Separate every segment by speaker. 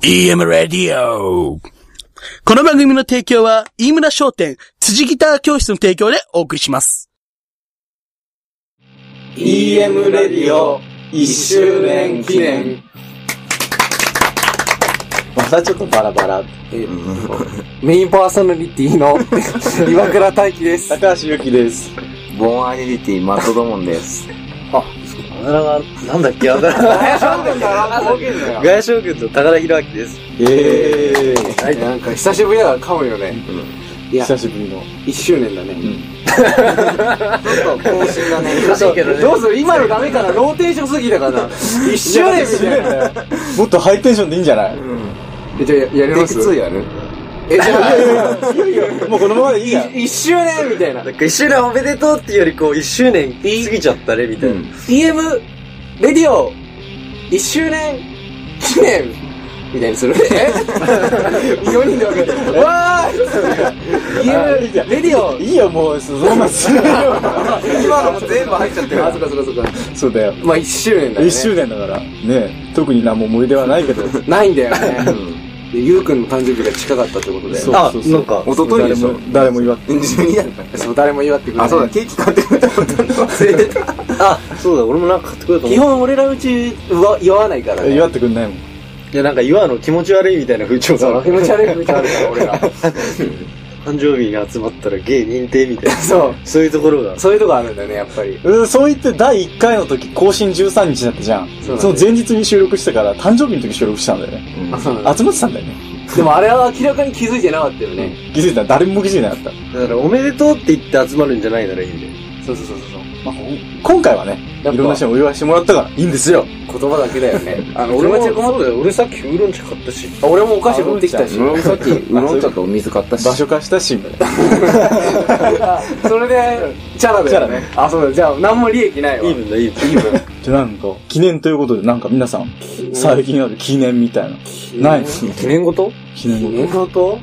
Speaker 1: EM ラディオこの番組の提供は、飯村商店、辻ギター教室の提供でお送りします。
Speaker 2: EM レディオ1周年記念。またちょっとバラバラ。え
Speaker 3: メインパーソナリティの 岩倉大輝です。
Speaker 2: 高橋ゆきです。
Speaker 4: ボーンアイデンティティ、マットドモンです。
Speaker 2: あだ名が、なんだっ けあだ
Speaker 4: 外商君と高田博明です。
Speaker 2: えー
Speaker 3: はい、なんか久しぶりだから噛むよね。いや、
Speaker 2: 久しぶりの。
Speaker 3: 1周年だね。
Speaker 4: 更新がね、
Speaker 3: どうする今のダメからローテーションすぎだからな。1周年みたいな。
Speaker 2: もっとハイテンションでいいんじゃない
Speaker 3: え、じゃあややり
Speaker 4: テ
Speaker 3: ま
Speaker 4: イク
Speaker 3: す
Speaker 4: 2やる
Speaker 3: え、じゃあ、
Speaker 2: もうこのままでいいやん。
Speaker 3: 1周年みたいな。
Speaker 5: なんか一周年おめでとうっていうよりこう一周年過ぎちゃったねみたいな。
Speaker 3: EM、レディオ、1周年、記念、みたいにする。え ?4 人で分けて。わーい !EM、レディオ、
Speaker 2: いいよ、もう、そんなんするよ。
Speaker 3: 今のも全部入っちゃってる。あ、そっかそっかそっか。
Speaker 2: そうだよ。
Speaker 3: まあ1周年だよね。
Speaker 2: 1周年だから、ね、特に何も思い出はないけど。
Speaker 3: ないんだよね。で、ゆうくんの誕生日が近かったってことで。
Speaker 2: そう
Speaker 5: あ、なんか、
Speaker 4: 一昨日でしょ
Speaker 2: 誰も誰も言わ
Speaker 4: 12だったっ
Speaker 3: そう、誰も祝ってくれ
Speaker 4: け
Speaker 3: ない。
Speaker 4: あ、そうだ、ケーキ買ってくれたことある の忘れてた。
Speaker 5: あ、そうだ、俺もなんか買ってこようと
Speaker 3: 基
Speaker 5: 思っ
Speaker 3: 本俺らうちは祝わないからね。
Speaker 2: 祝ってくんないもん。
Speaker 5: て。いや、なんか岩の気持ち悪いみたいな風潮
Speaker 3: そ
Speaker 5: が
Speaker 3: う、気持ち悪い気持ち悪いから俺ら。
Speaker 5: 誕生日に集まったらゲイ認定みたいな。
Speaker 3: そう。
Speaker 5: そういうところが。
Speaker 3: そういうとこあるんだよね、やっぱり。
Speaker 2: うんそう言って第1回の時更新13日だったじゃん。
Speaker 3: そうだね
Speaker 2: その前日に収録してから誕生日の時収録したんだよね。
Speaker 3: あ、そうなんだ。
Speaker 2: 集まってたんだよね。
Speaker 3: でもあれは明らかに気づいてなかったよね。
Speaker 2: 気づいたら誰も気づいてなかった。
Speaker 5: だからおめでとうって言って集まるんじゃないならいいんだよ。
Speaker 3: そうそうそうそう。
Speaker 2: まあ、ほん今回はね、
Speaker 3: やっぱ
Speaker 2: いろんな人にお祝いしてもらったからいいんですよ。
Speaker 3: 言葉だけだよね。あの、
Speaker 5: 俺
Speaker 3: 俺
Speaker 5: も
Speaker 3: も
Speaker 5: ち
Speaker 3: ち
Speaker 5: ょ
Speaker 3: ょ
Speaker 5: っ
Speaker 3: こと
Speaker 5: 俺さっきウーロン茶買ったし。
Speaker 3: 俺もお菓子持ってきたし。
Speaker 4: 俺も さっき、うろん茶とお水買ったし。
Speaker 2: 場所化したし、みたいな。
Speaker 3: それで、チャラだよね。あ、そうだ。じゃあ、何も利益ないわ。
Speaker 5: イーブンだ、イーブン。
Speaker 3: イーブン。
Speaker 2: じゃあなんか、記念ということで、なんか皆さん、最近ある記念みたいな。ないです
Speaker 5: 記念事
Speaker 2: 記念
Speaker 3: え、
Speaker 2: 事。
Speaker 3: 本当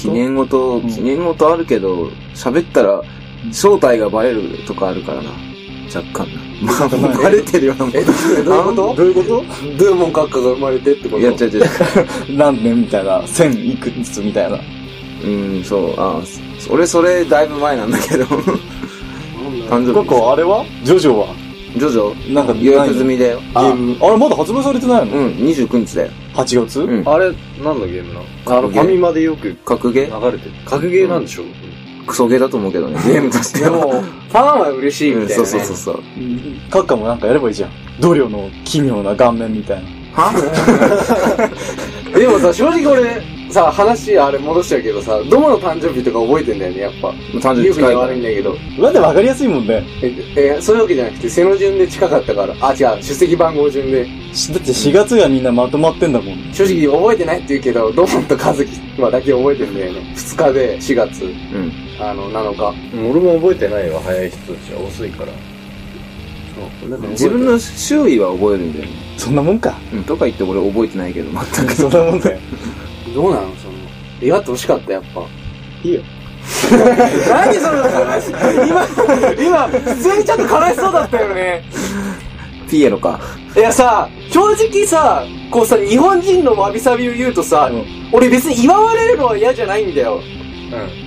Speaker 4: 記念事、
Speaker 2: ん
Speaker 4: 記念事あるけど、喋ったら、正体がバレるとかあるからな。若干な。 まあ、バレてるよな、も
Speaker 3: え、どういうこと
Speaker 2: どういうこ
Speaker 3: ドゥーモン閣下が生まれてってこと
Speaker 4: う。いや、違う違う。
Speaker 2: と何年みたいな、千いくつみたいな。
Speaker 4: うん、そう、あ、俺それだいぶ前なんだけど。誕生
Speaker 2: こ
Speaker 4: 日。
Speaker 2: こ、あれはジョジョは
Speaker 4: ジョジョ
Speaker 2: なんか
Speaker 4: 予約済みだよ。
Speaker 2: ゲーム。あれまだ発売されてないうの
Speaker 4: ん、29日だよ。
Speaker 2: ?8 月
Speaker 4: うん。
Speaker 5: あれ、何のゲームなのあの、
Speaker 4: 格
Speaker 5: フ
Speaker 4: ゲー
Speaker 5: ァミマでよく
Speaker 4: 格ゲ
Speaker 5: 流
Speaker 4: ー
Speaker 5: れてる。格ゲーなんでしょ
Speaker 4: クソゲーだと思う けどね。ゲームとして
Speaker 3: でも
Speaker 4: は。、
Speaker 3: ファンは嬉しい
Speaker 4: うん
Speaker 3: みたい
Speaker 4: そ
Speaker 3: な、
Speaker 4: う
Speaker 3: ね。
Speaker 4: そうそうそう。
Speaker 2: カッカもなんかやればいいじゃん。同僚の奇妙な顔面みたいな。
Speaker 4: は
Speaker 3: でもさ、正直俺、さ、話あれ戻しちゃうけどさ、ドモの誕生日とか覚えてんだよね、やっぱ。
Speaker 4: 誕生
Speaker 3: ゆ
Speaker 4: 日
Speaker 3: うくん
Speaker 4: 近
Speaker 3: に
Speaker 4: い
Speaker 3: は
Speaker 4: か
Speaker 3: 悪いんだけど。
Speaker 2: だってわかりやすいもんね。
Speaker 3: え、え、そういうわけじゃなくて、背の順で近かったから。あ、違う、出席番号順で。
Speaker 2: しだって4月がみんなまとまってんだもん。
Speaker 3: 正直覚えてないって言うけど、ドモンとカズキはだけ覚えてんだよね。2日で、4月、
Speaker 4: ら。うん。
Speaker 3: あの、7日。
Speaker 5: 俺も覚えてないわ、早い人たちは遅いから。
Speaker 4: 自分の周囲は覚えるんだよね。
Speaker 2: そんなも んか。
Speaker 4: うん、とか言って俺覚えてないけど、全く。
Speaker 2: そんなもんだよ。
Speaker 3: どうなのその、祝ってほしかった、やっぱ。
Speaker 2: いいよ。
Speaker 3: 何その話今、今、普通にちょっと悲しそうだったよね。
Speaker 4: ピエロか。
Speaker 3: いやさ、正直さ、こうさ、日本人のわびさびを言うとさ、
Speaker 2: うん
Speaker 3: 俺別に祝われるのは嫌じゃないんだよ。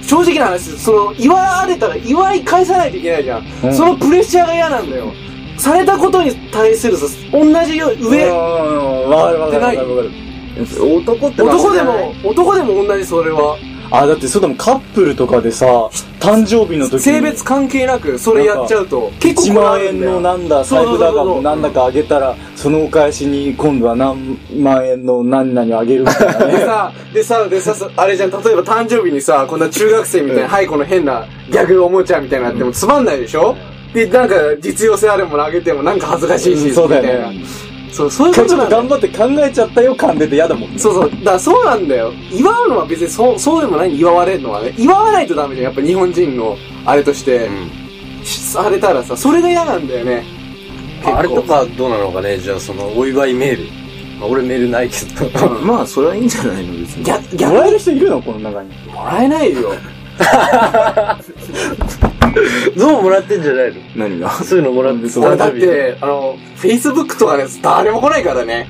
Speaker 3: 正直な話、その、祝われたら祝い返さないといけないじゃん。
Speaker 2: うん
Speaker 3: そのプレッシャーが嫌なんだよ。されたことに対するさ、同じよ上、
Speaker 2: うん、わかるわかるわかるわかる。
Speaker 4: 男って
Speaker 3: 男でも、男でも同じそれは。
Speaker 2: あ、だってそうだもんカップルとかでさ、誕生日の時に。
Speaker 3: 性別関係なく、それやっちゃうと、結構
Speaker 2: 1万
Speaker 3: 困るん
Speaker 2: 円
Speaker 3: だ
Speaker 2: の
Speaker 3: よ。
Speaker 2: なんだ、
Speaker 3: そう
Speaker 2: 財
Speaker 3: そうそうそ
Speaker 2: 布
Speaker 3: う
Speaker 2: だかもなんだかあげたら、そのお返しに今度は何万円の何々をあげるみ たいな
Speaker 3: で
Speaker 2: ね。
Speaker 3: さ、でさ、でさ、そあれじゃん、例えば誕生日にさ、こんな中学生みたいな、はい、この変なギャグおもちゃみたいなのあってもつまんないでしょで、なんか、実用性あるものあげてもなんか恥ずかしいし、
Speaker 2: うんそうだよね
Speaker 3: みたいな。そう、そういう
Speaker 2: ちょ
Speaker 3: こ
Speaker 2: っ
Speaker 3: と
Speaker 2: と
Speaker 3: なんだよ
Speaker 2: 頑張って考えちゃったよ、噛んでて嫌だもんね。
Speaker 3: そうそう。だからそうなんだよ。祝うのは別にそう、そうでもない祝われるのはね。祝わないとダメじゃん。やっぱ日本人の、あれとして、しされたらさ、それが嫌なんだよね。構
Speaker 5: あれとかどうなのかねじゃあそのお祝いメール。まあ、俺メールないけ ど。
Speaker 4: まあ、それはいいんじゃないの、別に。
Speaker 3: 逆、
Speaker 2: もら
Speaker 3: 逆
Speaker 2: え
Speaker 3: に
Speaker 2: る人いるのこの中に。
Speaker 3: もらえないよ。
Speaker 5: ゾウもらってんじゃない
Speaker 4: 何が
Speaker 5: のそういうのもらって
Speaker 2: そう
Speaker 3: 俺
Speaker 5: 誕
Speaker 3: だっ
Speaker 5: 生日
Speaker 3: て、あの、Facebook とかね、誰も来ないからね。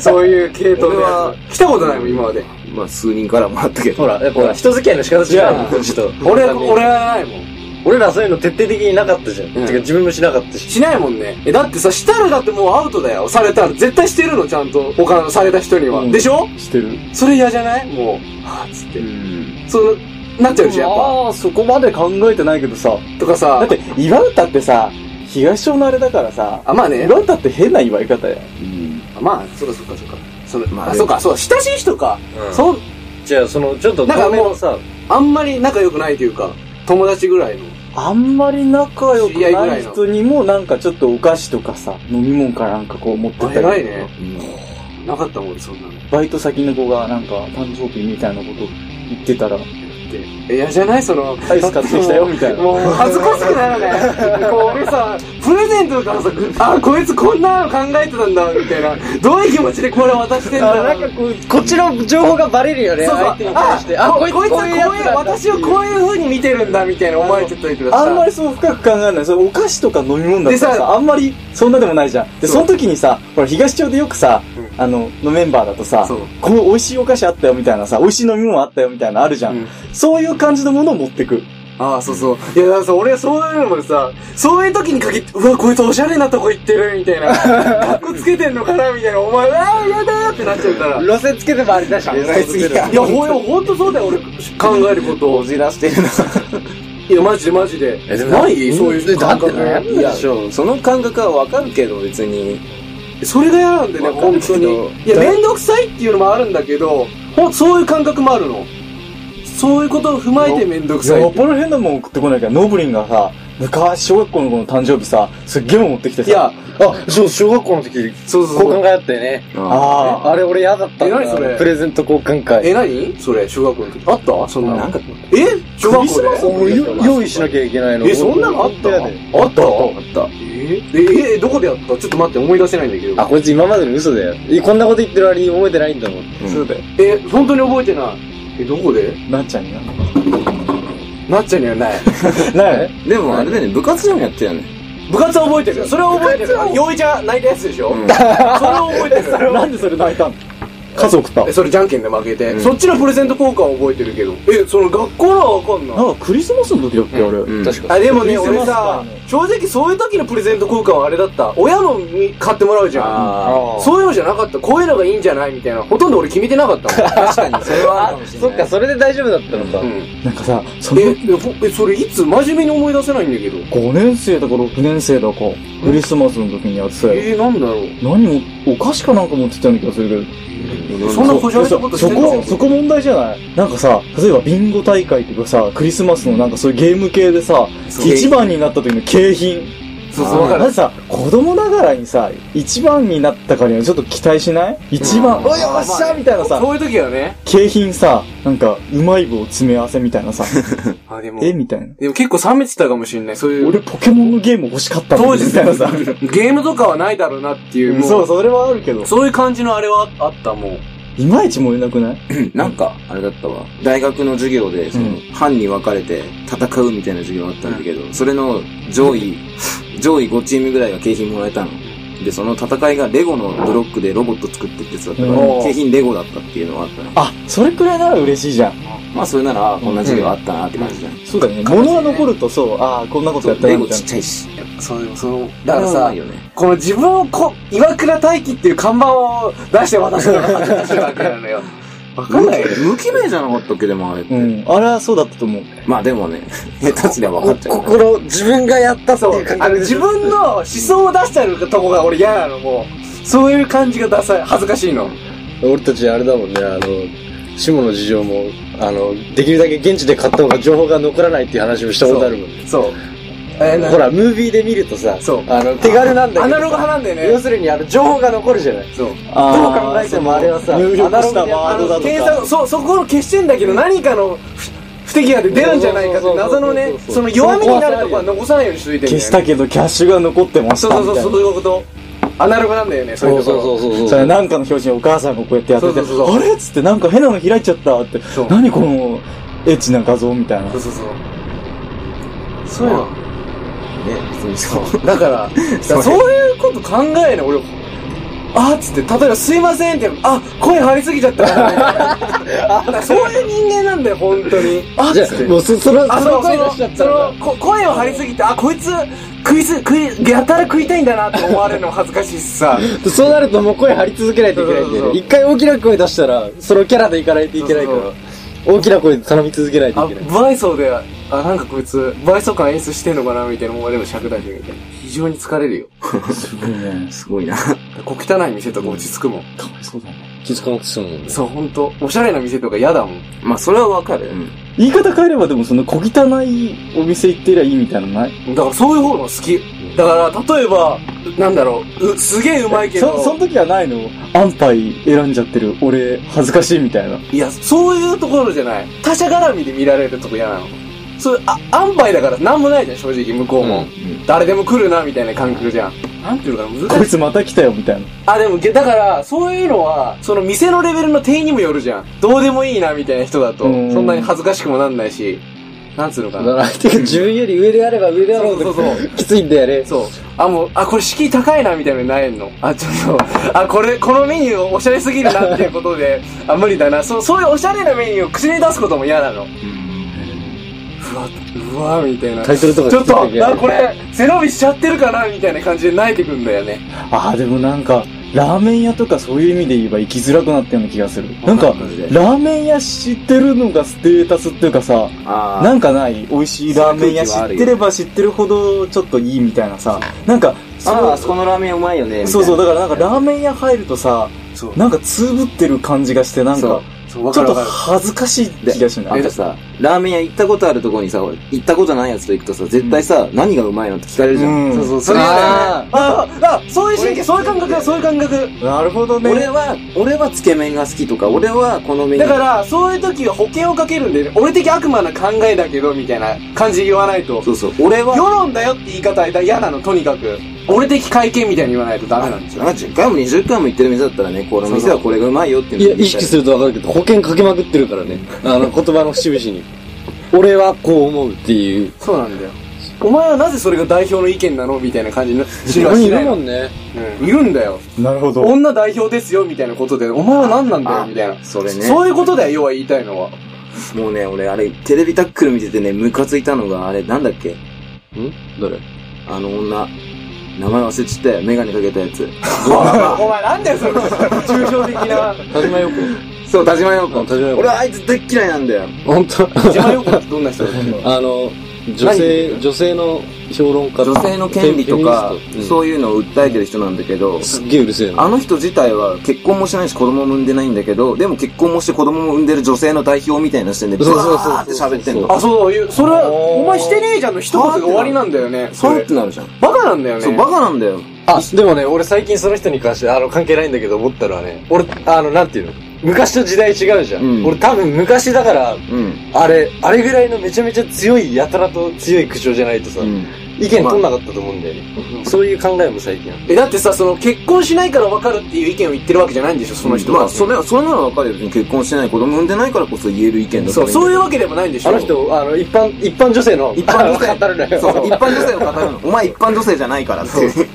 Speaker 3: そういう系統で
Speaker 4: 俺は。
Speaker 3: 来たことないもん、今まで。
Speaker 4: まあ、数人からもらったけど。
Speaker 5: ほら、やっぱ人付き合いの仕方違うの、ちょっと。
Speaker 3: 俺、俺はないもん。
Speaker 5: 俺らそういうの徹底的になかったじゃん。て
Speaker 3: うん
Speaker 5: か自分もしなかったし。
Speaker 3: しないもんね。え、だってさ、したらだってもうアウトだよ。されたら。絶対してるの、ちゃんと。他のされた人には。
Speaker 2: うん
Speaker 3: でしょ
Speaker 2: してる。
Speaker 3: それ嫌じゃないもう、はぁ、つっ
Speaker 4: う
Speaker 3: て。
Speaker 4: ん。
Speaker 3: そう、なっちゃうし、やっぱ。
Speaker 2: ああ、そこまで考えてないけどさ。
Speaker 3: とかさ。
Speaker 2: だって、祝うたってさ、東町のあれだからさ、
Speaker 3: あ、まあね。
Speaker 2: 祝うたって変な祝い方や。
Speaker 4: うん。
Speaker 3: あまあ、そうかそうかそうか。その、
Speaker 4: まあ
Speaker 3: あ、そうか、そう、親しい人か。
Speaker 5: うん
Speaker 3: そう、
Speaker 5: じゃあ、その、ちょっと、
Speaker 3: なんかもう
Speaker 5: もさ、
Speaker 3: あんまり仲良くないというか、友達ぐらいの。
Speaker 2: あんまり仲良く
Speaker 3: 知り合いぐ
Speaker 2: な
Speaker 3: らい
Speaker 2: い
Speaker 3: の
Speaker 2: 人にもなんかちょっとお菓子とかさ、飲み物かなんかこう持ってった
Speaker 3: あ、
Speaker 2: りとか
Speaker 3: 偉いね。なかったもん、そんなの。だ
Speaker 2: バイト先の子がなんか誕生日みたいなこと言ってたら、
Speaker 3: って。え、嫌じゃないその、
Speaker 2: アイス買ってきたよみた いな。
Speaker 3: もう、恥ずかしくなるね。こう、俺さ、プレゼントからさ、あ、こいつこんなの考えてたんだ、みたいな。どういう気持ちでこれ渡してんだろう。
Speaker 6: こうこっちの情報がバレるよね
Speaker 3: そうそう
Speaker 6: 相手に対してあ
Speaker 3: あ、
Speaker 6: こ
Speaker 3: こ
Speaker 6: い
Speaker 3: い
Speaker 6: つこ
Speaker 3: つこ
Speaker 6: う
Speaker 3: う
Speaker 6: いう
Speaker 3: いう
Speaker 6: やつだ
Speaker 3: 私をこういう風に見てるんだ、みたいな思われちゃったりとかさ。
Speaker 2: あんまりそう深く考えない。それお菓子とか飲み物だったら
Speaker 3: で
Speaker 2: さ、
Speaker 3: さ
Speaker 2: あんまりそんなでもないじゃん。
Speaker 3: そ
Speaker 2: で、
Speaker 3: う
Speaker 2: その時にさ、ほら東町でよくさ、あの、のメンバーだとさ
Speaker 3: そう、
Speaker 2: この美味しいお菓子あったよみたいなさ、美味しい飲み物あったよみたいなのあるじゃ
Speaker 3: うん
Speaker 2: ん。そういう感じのものを持ってく。
Speaker 3: ああ、そうそう。いや、だからさ、俺はそういうのもさ、そういう時に限って、うわ、こいつおしゃれなとこ行ってる、みたいな。かっこつけてんのかな、みたいな。お前、ああ、やだーってなっちゃうから。い
Speaker 6: 路線つけてもあれだし
Speaker 4: 狙いすぎや。
Speaker 3: や、ほんほんとそうだよ、俺、考えること
Speaker 4: こ
Speaker 3: を。
Speaker 4: じらして るな。
Speaker 3: いや、マジでマジで。
Speaker 5: えでも
Speaker 3: ないそういう感覚。
Speaker 5: だって
Speaker 4: いや、その感覚はわかるけど、別に。
Speaker 3: それが嫌なんだよね、
Speaker 4: わか
Speaker 3: 本
Speaker 4: るけ
Speaker 3: 当
Speaker 4: ど
Speaker 3: に。いや、めんどくさいっていうのもあるんだけど、ほんそういう感覚もあるの。そういうことを踏まえてめんどくさい
Speaker 2: よ
Speaker 3: っ
Speaker 2: っぽど変なもん送ってこないから、ノブリンがさ、昔、小学校の子の誕生日さ、すっげえもん持ってきて
Speaker 3: て。
Speaker 2: さ。
Speaker 3: いや、、
Speaker 6: あそう小学校の時
Speaker 3: そうそう
Speaker 6: 交
Speaker 3: そ
Speaker 6: 換
Speaker 3: う。
Speaker 6: 会あったよね
Speaker 2: ああ、
Speaker 6: あれ俺嫌だったん
Speaker 3: え何それ
Speaker 6: だプレゼント交換会
Speaker 3: え、何それ、小学校の時。あったそんな
Speaker 4: な
Speaker 3: の
Speaker 4: ん。か、
Speaker 3: え小学校で
Speaker 6: 俺よ用意しなきゃいけないの
Speaker 3: え、そんなのあっ
Speaker 6: 本当
Speaker 3: た
Speaker 6: 嫌で
Speaker 3: あった
Speaker 4: あった。
Speaker 3: ええどこでやったちょっと待って、思い出せないんだけ
Speaker 6: あ
Speaker 3: ど。
Speaker 6: こいつ今までの嘘だよえこんなこと言ってる割に覚えてないんだもん
Speaker 2: そうだよ。
Speaker 3: え、本当に覚えてない。え、どこで
Speaker 2: なっちゃんにな。
Speaker 3: なっちゃんには ない。
Speaker 2: ない
Speaker 4: でもあれだよね、部活でもやってたよね。
Speaker 3: 部活は覚えてる。それは覚えてる。陽一が泣いたやつでしょ、
Speaker 4: う
Speaker 3: そ
Speaker 4: ん
Speaker 3: れは覚え てる。
Speaker 2: なんでそれ泣いたの家族と
Speaker 3: え、。それじゃんけんで負けて、
Speaker 4: うん
Speaker 3: そっちのプレゼント交換は覚えてるけど。え、その学校のはわかんない。
Speaker 2: なんかクリスマスの時だっけ、あれ。
Speaker 4: うん
Speaker 6: 確か
Speaker 3: あでも
Speaker 2: クリ
Speaker 3: ね、
Speaker 2: スマス
Speaker 3: 俺さ、正直そういう時のプレゼント交換はあれだった。親もみ買ってもらうじゃん。
Speaker 4: あ
Speaker 3: そういうのじゃなかった。こういうのがいいんじゃないみたいな。ほとんど俺決めてなかったもん。
Speaker 4: あ。確かに、それはあるかもしれ
Speaker 6: そ
Speaker 4: ない。
Speaker 6: っかそれで大丈夫だったのか
Speaker 3: うん
Speaker 2: なんかさ、その
Speaker 3: え、えほえ、それいつ真面目に思い出せないんだけど。
Speaker 2: 5年生だか6年生だか、クリスマスの時にやってたよ。
Speaker 3: えー、なんだろう。
Speaker 2: 何も、お菓子かなんか持ってったような気がするけど。
Speaker 3: そんなこじゃれたことして
Speaker 2: そ
Speaker 3: んの
Speaker 2: こ、そこ問題じゃないなんかさ、例えばビンゴ大会とかさ、クリスマスのなんかそういうゲーム系でさ、一番になった時の景品。
Speaker 3: そう
Speaker 4: そうわか
Speaker 2: まずさ、子供ながらにさ、一番になったからにはちょっと期待しない一番、おいよっしゃみたいなさ、
Speaker 3: そういう時はね。
Speaker 2: 景品さ、なんか、うまい棒詰め合わせみたいなさ、
Speaker 3: あ、でも。
Speaker 2: えみたいな。
Speaker 3: でも結構冷めてたかもしれない。そういう。
Speaker 2: 俺ポケモンのゲーム欲しかったの
Speaker 3: 当
Speaker 2: に
Speaker 3: 時
Speaker 2: みたいなさ。
Speaker 3: ゲームとかはないだろうなっていう。も
Speaker 2: そう、それはあるけど。
Speaker 3: そういう感じのあれはあったもん。
Speaker 2: いまいち燃えなくない
Speaker 4: なんか、あれだったわ。大学の授業で、その
Speaker 2: うん、
Speaker 4: 班に分かれて戦うみたいな授業があったんだけど、それの上位、 上位5チームぐらいが景品もらえたの。で、その戦いがレゴのブロックでロボット作ってってやつだったから、
Speaker 2: うん
Speaker 4: 景品レゴだったっていうのがあったね。
Speaker 2: あ、それくらいなら嬉しいじゃん。
Speaker 4: まあ、それなら、あこんな授業あったなって感じだね。
Speaker 2: そうだよね。物が残るとそう、ああ、こんなことやった
Speaker 4: レ
Speaker 2: な
Speaker 4: ゴ
Speaker 2: みた
Speaker 4: ち
Speaker 2: い
Speaker 4: っ
Speaker 2: な。
Speaker 4: ちゃいし。
Speaker 3: そう、でもその、だから
Speaker 4: それはうま
Speaker 3: さ
Speaker 4: い、よね。
Speaker 3: この自分をこ、岩倉大輝っていう看板を出して渡すのが恥ずかしいわけなのよ。わかんないよ。
Speaker 4: 無記名じゃなかったっけ、でもあれって。
Speaker 2: うん。あれはそうだったと思う。
Speaker 4: まあでもね、 下手すりゃ分かっちゃうから。
Speaker 6: 心自分がやったって
Speaker 3: そ
Speaker 6: いうう感、
Speaker 3: あの
Speaker 6: 覚で
Speaker 3: 自
Speaker 6: しょ
Speaker 3: 分の思想を出してるとこが俺嫌なの、もう。そういう感じがダサい、恥ずかしいの。
Speaker 6: 俺たちあれだもんね、あの、下の事情も、あの、できるだけ現地で買った方が情報が残らないっていう話もしたことあるもんね。
Speaker 3: そう。えーな
Speaker 6: ほら、ムービーで見るとさ、
Speaker 3: そう
Speaker 6: あの、手軽なんだけど。
Speaker 3: アナログ派なんだよね。
Speaker 6: 要するに、あの、情報が残るじゃない。
Speaker 3: そう。
Speaker 6: どう考えてもあれはさ
Speaker 2: 入力した
Speaker 6: アナログで
Speaker 2: ワードだと
Speaker 3: 検
Speaker 2: か。
Speaker 3: 索、そう、そこを消してんだけど、何かの不不手際で出るんじゃないかって謎のね
Speaker 6: そうそうそう、そう
Speaker 3: その弱みになるとこは残さないようにしといてんだよ
Speaker 2: 消
Speaker 3: ね
Speaker 2: したけどキャッシュが残ってまし
Speaker 3: そう
Speaker 2: た
Speaker 3: そ
Speaker 2: み
Speaker 3: う
Speaker 2: たい
Speaker 3: そう、
Speaker 2: な。
Speaker 3: そういうこと。アナログなんだよね、そういうところ。
Speaker 6: うそう
Speaker 2: それなんかの表紙にお母さんがこうやってやってて、
Speaker 3: そうそうそう
Speaker 2: あれっつってなんか変なの開いちゃったって
Speaker 3: そう、
Speaker 2: 何このエッチな画像みたいな
Speaker 3: そう。そうそう。そういうの。
Speaker 4: 普通にそう。
Speaker 3: だから、だからそういうこと考えない、俺。あーっつって、例えばすいませんって、あ、声張りすぎちゃったから、だからそういう人間なんだよ、本当に。あっ
Speaker 6: じ
Speaker 3: つ
Speaker 6: ゃ
Speaker 3: って
Speaker 6: あ、。もうそ、その、
Speaker 3: あ、
Speaker 6: そ
Speaker 3: そ
Speaker 6: の
Speaker 3: う、そ
Speaker 6: 声出
Speaker 3: の、
Speaker 6: しちゃっ
Speaker 3: そ
Speaker 6: たら
Speaker 3: の、、こ声を張りすぎて、あ、こいつ、食いす、食い、やたら食いたいんだなって思われるのも恥ずかしいしさ。
Speaker 6: そうなるともう声張り続けないといけないんだ
Speaker 3: そうそう
Speaker 6: よ
Speaker 3: そう
Speaker 6: ね。一回大きな声出したら、そのキャラでいかないといけないか
Speaker 3: そう
Speaker 6: ら、大きな声で頼み続けないと
Speaker 3: あ、
Speaker 6: いけない。
Speaker 3: 不愛想で、あ、なんかこいつ、不愛想感演出してんのかなみたいな思われる尺だけみたいな。非常に疲れるよ。
Speaker 4: すごいな。
Speaker 3: 小汚い店とか落ち着くもん。
Speaker 6: 気づかなくて済むもんね。
Speaker 3: そう、ほんと。おしゃれな店とか嫌だもん。
Speaker 4: まあ、それはわかる。うん。
Speaker 2: 言い方変えればでもその小汚いお店行ってりゃいいみたいなのない
Speaker 3: だからそういう方が好き。だから、例えば、なんだろう、うすげえうまいけ
Speaker 2: そ、その
Speaker 3: ど、
Speaker 2: 時はないの安牌選んじゃってる俺恥ずかしいみたいな。
Speaker 3: いや、そういうところじゃない。他者絡みで見られるとこ嫌なの。そういう、あ、安牌だからなんもないじゃん、正直、向こうも。誰でも来るな、みたいな感覚じゃん。なんていうのかな、難しい
Speaker 2: こいつまた来たよみたいな。
Speaker 3: あ、でも、げだから、そういうのは、その店のレベルの定員にもよるじゃん。どうでもいいな、みたいな人だと、そ
Speaker 2: うん
Speaker 3: んなに恥ずかしくもなんないし、なんつうのか
Speaker 6: だか
Speaker 3: な。
Speaker 6: ら相手が自分より上であれば上であろう
Speaker 3: そ
Speaker 6: と
Speaker 3: うそうそう、
Speaker 6: きついんだよね。
Speaker 3: そう。あ、もう、あ、これ敷居高いな、みたいなのになえんの。あ、ちょっと、あ、これ、このメニューおしゃれすぎるな、っていうことで、あ、無理だな。そう、そういうおしゃれなメニューを口に出すことも嫌なの。うわ、うわ、みたいな。
Speaker 6: タイトルとか
Speaker 3: ちょっ
Speaker 6: 作
Speaker 3: と、
Speaker 6: ってきゃ
Speaker 3: あ、これ、背伸びしちゃってるかな、みたいな感じで泣いてくんだよね。
Speaker 2: ああ、でもなんか、ラーメン屋とかそういう意味で言えば行きづらくなったような気がする。なんか、ラーメン屋知ってるのがステータスっていうかさ、
Speaker 4: あ
Speaker 2: なんかない美味しいラーメン屋知
Speaker 4: そういう空気はあ
Speaker 2: っ
Speaker 4: るよ
Speaker 2: てれば知ってるほどちょっといいみたいなさ、なんか、
Speaker 4: あ。ああ、そこのラーメンうまいよね。
Speaker 2: そうそう、
Speaker 4: み
Speaker 2: だからなんかラーメン屋入るとさ、
Speaker 3: そう
Speaker 2: なんかつぶってる感じがして、なん
Speaker 4: そう
Speaker 2: か、
Speaker 3: そう、わ
Speaker 2: ち
Speaker 3: か
Speaker 2: ょっ
Speaker 3: る
Speaker 2: と
Speaker 3: わかる。
Speaker 2: 恥ずかしい
Speaker 4: たいな
Speaker 2: 気がしな
Speaker 4: で
Speaker 2: い
Speaker 4: あとさ、ラーメン屋行ったことあるとこにさ、行ったことないやつと行くとさ、絶対さ、何がうまいのって聞かれるじゃん。
Speaker 2: うん
Speaker 4: そうそう、そ
Speaker 3: それ
Speaker 4: れ
Speaker 3: 嫌だよ
Speaker 4: は
Speaker 3: ね。ああ、あ、そういう神経、そういう感覚だよ、そういう感覚。
Speaker 2: なるほど
Speaker 4: 俺
Speaker 2: ね。
Speaker 4: は、俺はつけ麺が好きとか、俺はこのメニュ
Speaker 3: だ
Speaker 4: ー。
Speaker 3: から、そういう時は保険をかけるんで、俺的悪魔な考えだけど、みたいな感じで言わないと。
Speaker 4: そうそう、俺は、
Speaker 3: 世論だよって言い方は嫌なの、とにかく。俺的会見みたいに言わないとダメなんですよ。
Speaker 4: 10回も20回も行ってる店だったらね、この店はこれがうまいよっていう
Speaker 6: い
Speaker 4: の
Speaker 6: や、意識するとわかるけど、保険かけまくってるからね。あの、言葉の節々に。俺はこう思うっていう。
Speaker 3: そうなんだよ。お前はなぜそれが代表の意見なのみたいな感じにな
Speaker 6: 自
Speaker 3: しは
Speaker 6: 分
Speaker 3: し
Speaker 6: い
Speaker 3: な
Speaker 6: る
Speaker 3: い
Speaker 6: も
Speaker 3: の。
Speaker 6: んね。
Speaker 3: うんいるんだよ。
Speaker 2: なるほど。
Speaker 3: 女代表ですよ、みたいなことで、お前は何なんだよ、みたいな。
Speaker 4: それね。
Speaker 3: そういうことだよ、要は言いたいのは。
Speaker 4: もうね、俺、あれ、テレビタックル見ててね、ムカついたのが、あれ、なんだっけんどれあの女。名前忘れちゃったよ。メガネかけたやつ。
Speaker 3: お前なんだよ、それ。抽象的な。
Speaker 6: 田島よく。
Speaker 4: そう、田島陽子。
Speaker 6: あ田島陽子
Speaker 4: 俺、あいつ大っ嫌いなんだよ。
Speaker 6: 本当
Speaker 3: 邪魔よくどんな人だったの
Speaker 6: あの、女性、女性の評論家
Speaker 4: 女性の権利とか、
Speaker 6: そ
Speaker 4: そうういうのを訴えてる人なんだけど
Speaker 6: ん。、すっげえうるせえな。
Speaker 4: あの人自体は結婚もしてないし子供も産んでないんだけど、でも結婚もして子供も産んでる女性の代表みたいな視点で、バ
Speaker 6: そうそうそう
Speaker 4: ーって喋ってんの。
Speaker 3: あ、そうだ、それは、お前してねえじゃんの一言で終わりなんだよね。そ
Speaker 4: そうっ
Speaker 3: れ
Speaker 4: て。なるじゃん。
Speaker 3: バカなんだよね。
Speaker 4: そう、バカなんだよ。
Speaker 6: あ、
Speaker 5: でもね、俺最近その人に関して、あの、関係ないんだけど思ったのはね、俺、あの、なんていうの昔と時代違うじゃん。
Speaker 4: うん
Speaker 5: 俺多分昔だから、
Speaker 4: うん。
Speaker 5: あれ、あれぐらいのめちゃめちゃ強いやたらと強い口調じゃないとさ、
Speaker 4: うん。
Speaker 5: 意見取んなかったと思うんだよね。そういう考えも最近ある。
Speaker 3: え、だってさ、その、結婚しないから分かるっていう意見を言ってるわけじゃないんでしょ、その人は。
Speaker 4: まあ、それは、それならわかるよ。別に結婚してない子供産んでないからこそ言える意見だ
Speaker 3: そう、そう
Speaker 4: い
Speaker 3: いうわけでもないんでしょ。
Speaker 5: あの。人、あの、一般、一般女性の、
Speaker 4: 一般女 性
Speaker 5: あの語るなよ。
Speaker 4: そう、一般女性を語るの。お前一般女性じゃないからっていう。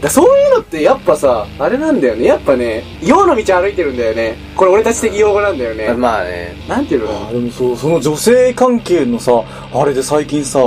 Speaker 3: だそういうのって、やっぱさ、あれなんだよね。やっぱね、洋の道歩いてるんだよね。これ俺たち的用語なんだよね。
Speaker 5: まあね。
Speaker 3: なんていうのか
Speaker 2: あーでもそう、その女性関係のさ、あれで最近さ、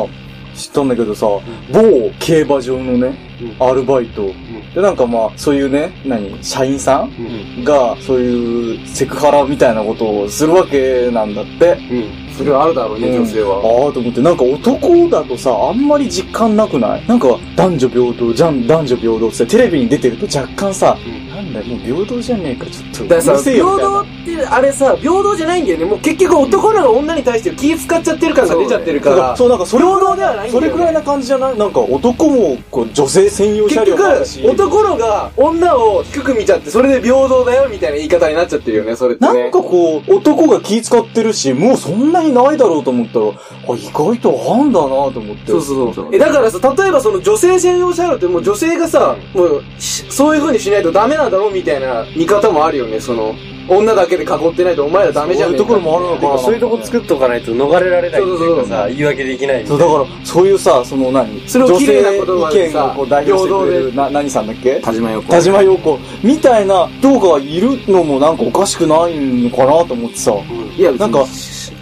Speaker 2: 知ったんだけどさ、某競馬場のね、アルバイト、で、なんかまあ、そういうね、何、社員さん
Speaker 3: な。
Speaker 2: が、そういうセクハラみたいなことをするわけなんだって。
Speaker 3: うん。それはあるだろうね、女性は。
Speaker 2: ああ、と思って、なんか男だとさ、あんまり実感なくないなんか、男女平等、じゃん、男女平等ってテレビに出てると若干さ、
Speaker 3: うん
Speaker 2: なんだよ、もう平等じゃねえか、ちょっと。
Speaker 3: だからさ、
Speaker 2: うるせえ
Speaker 3: 平
Speaker 2: よみたいな
Speaker 3: 等って、あれさ、平等じゃないんだよね。もう結局男らが女に対して気使っちゃってる感が出ちゃってるか。
Speaker 2: だかららそう、なんかそれ
Speaker 3: 平等ではないんだ
Speaker 2: そ
Speaker 3: よね
Speaker 2: れくらいな感じじゃないなんか男もこう女性専用車
Speaker 3: 結
Speaker 2: 両
Speaker 3: 局
Speaker 2: もあるし、
Speaker 3: 男のが女を低く見ちゃって、それで平等だよみたいな言い方になっちゃってるよね、それってね。
Speaker 2: なんかこう、男が気使ってるし、もうそんなにないだろうと思ったら、あ、意外とあんだなと思って。
Speaker 3: そうそうそう。え、だからさ、例えばその女性専用車両ってもう女性がさ、もうし、そういう風にしないとダメなんだろうみたいな見方もあるよね、その。女だけで囲ってないとお前らダメじゃ
Speaker 2: そう
Speaker 3: ね
Speaker 2: い
Speaker 3: え
Speaker 2: う
Speaker 3: か
Speaker 2: ところもあるのかな。
Speaker 6: そういうとこ作っとかないと逃れられないっていうか
Speaker 3: そうそう
Speaker 6: さ、言い訳できないみた
Speaker 2: そ、
Speaker 6: いうな。
Speaker 2: だから、そういうさ、その何
Speaker 3: それを
Speaker 2: 女
Speaker 3: 綺
Speaker 2: 性
Speaker 3: 麗な言葉で
Speaker 2: 意見
Speaker 3: さ
Speaker 2: をこう代表してくれ
Speaker 3: 平等
Speaker 2: る、な、何さんだっけ
Speaker 4: 田島横。
Speaker 2: 田島陽子みたいな人がいるのもなんかおかしくないのかなと思ってさ。
Speaker 4: いや、
Speaker 2: な
Speaker 4: なんん
Speaker 2: か
Speaker 4: か、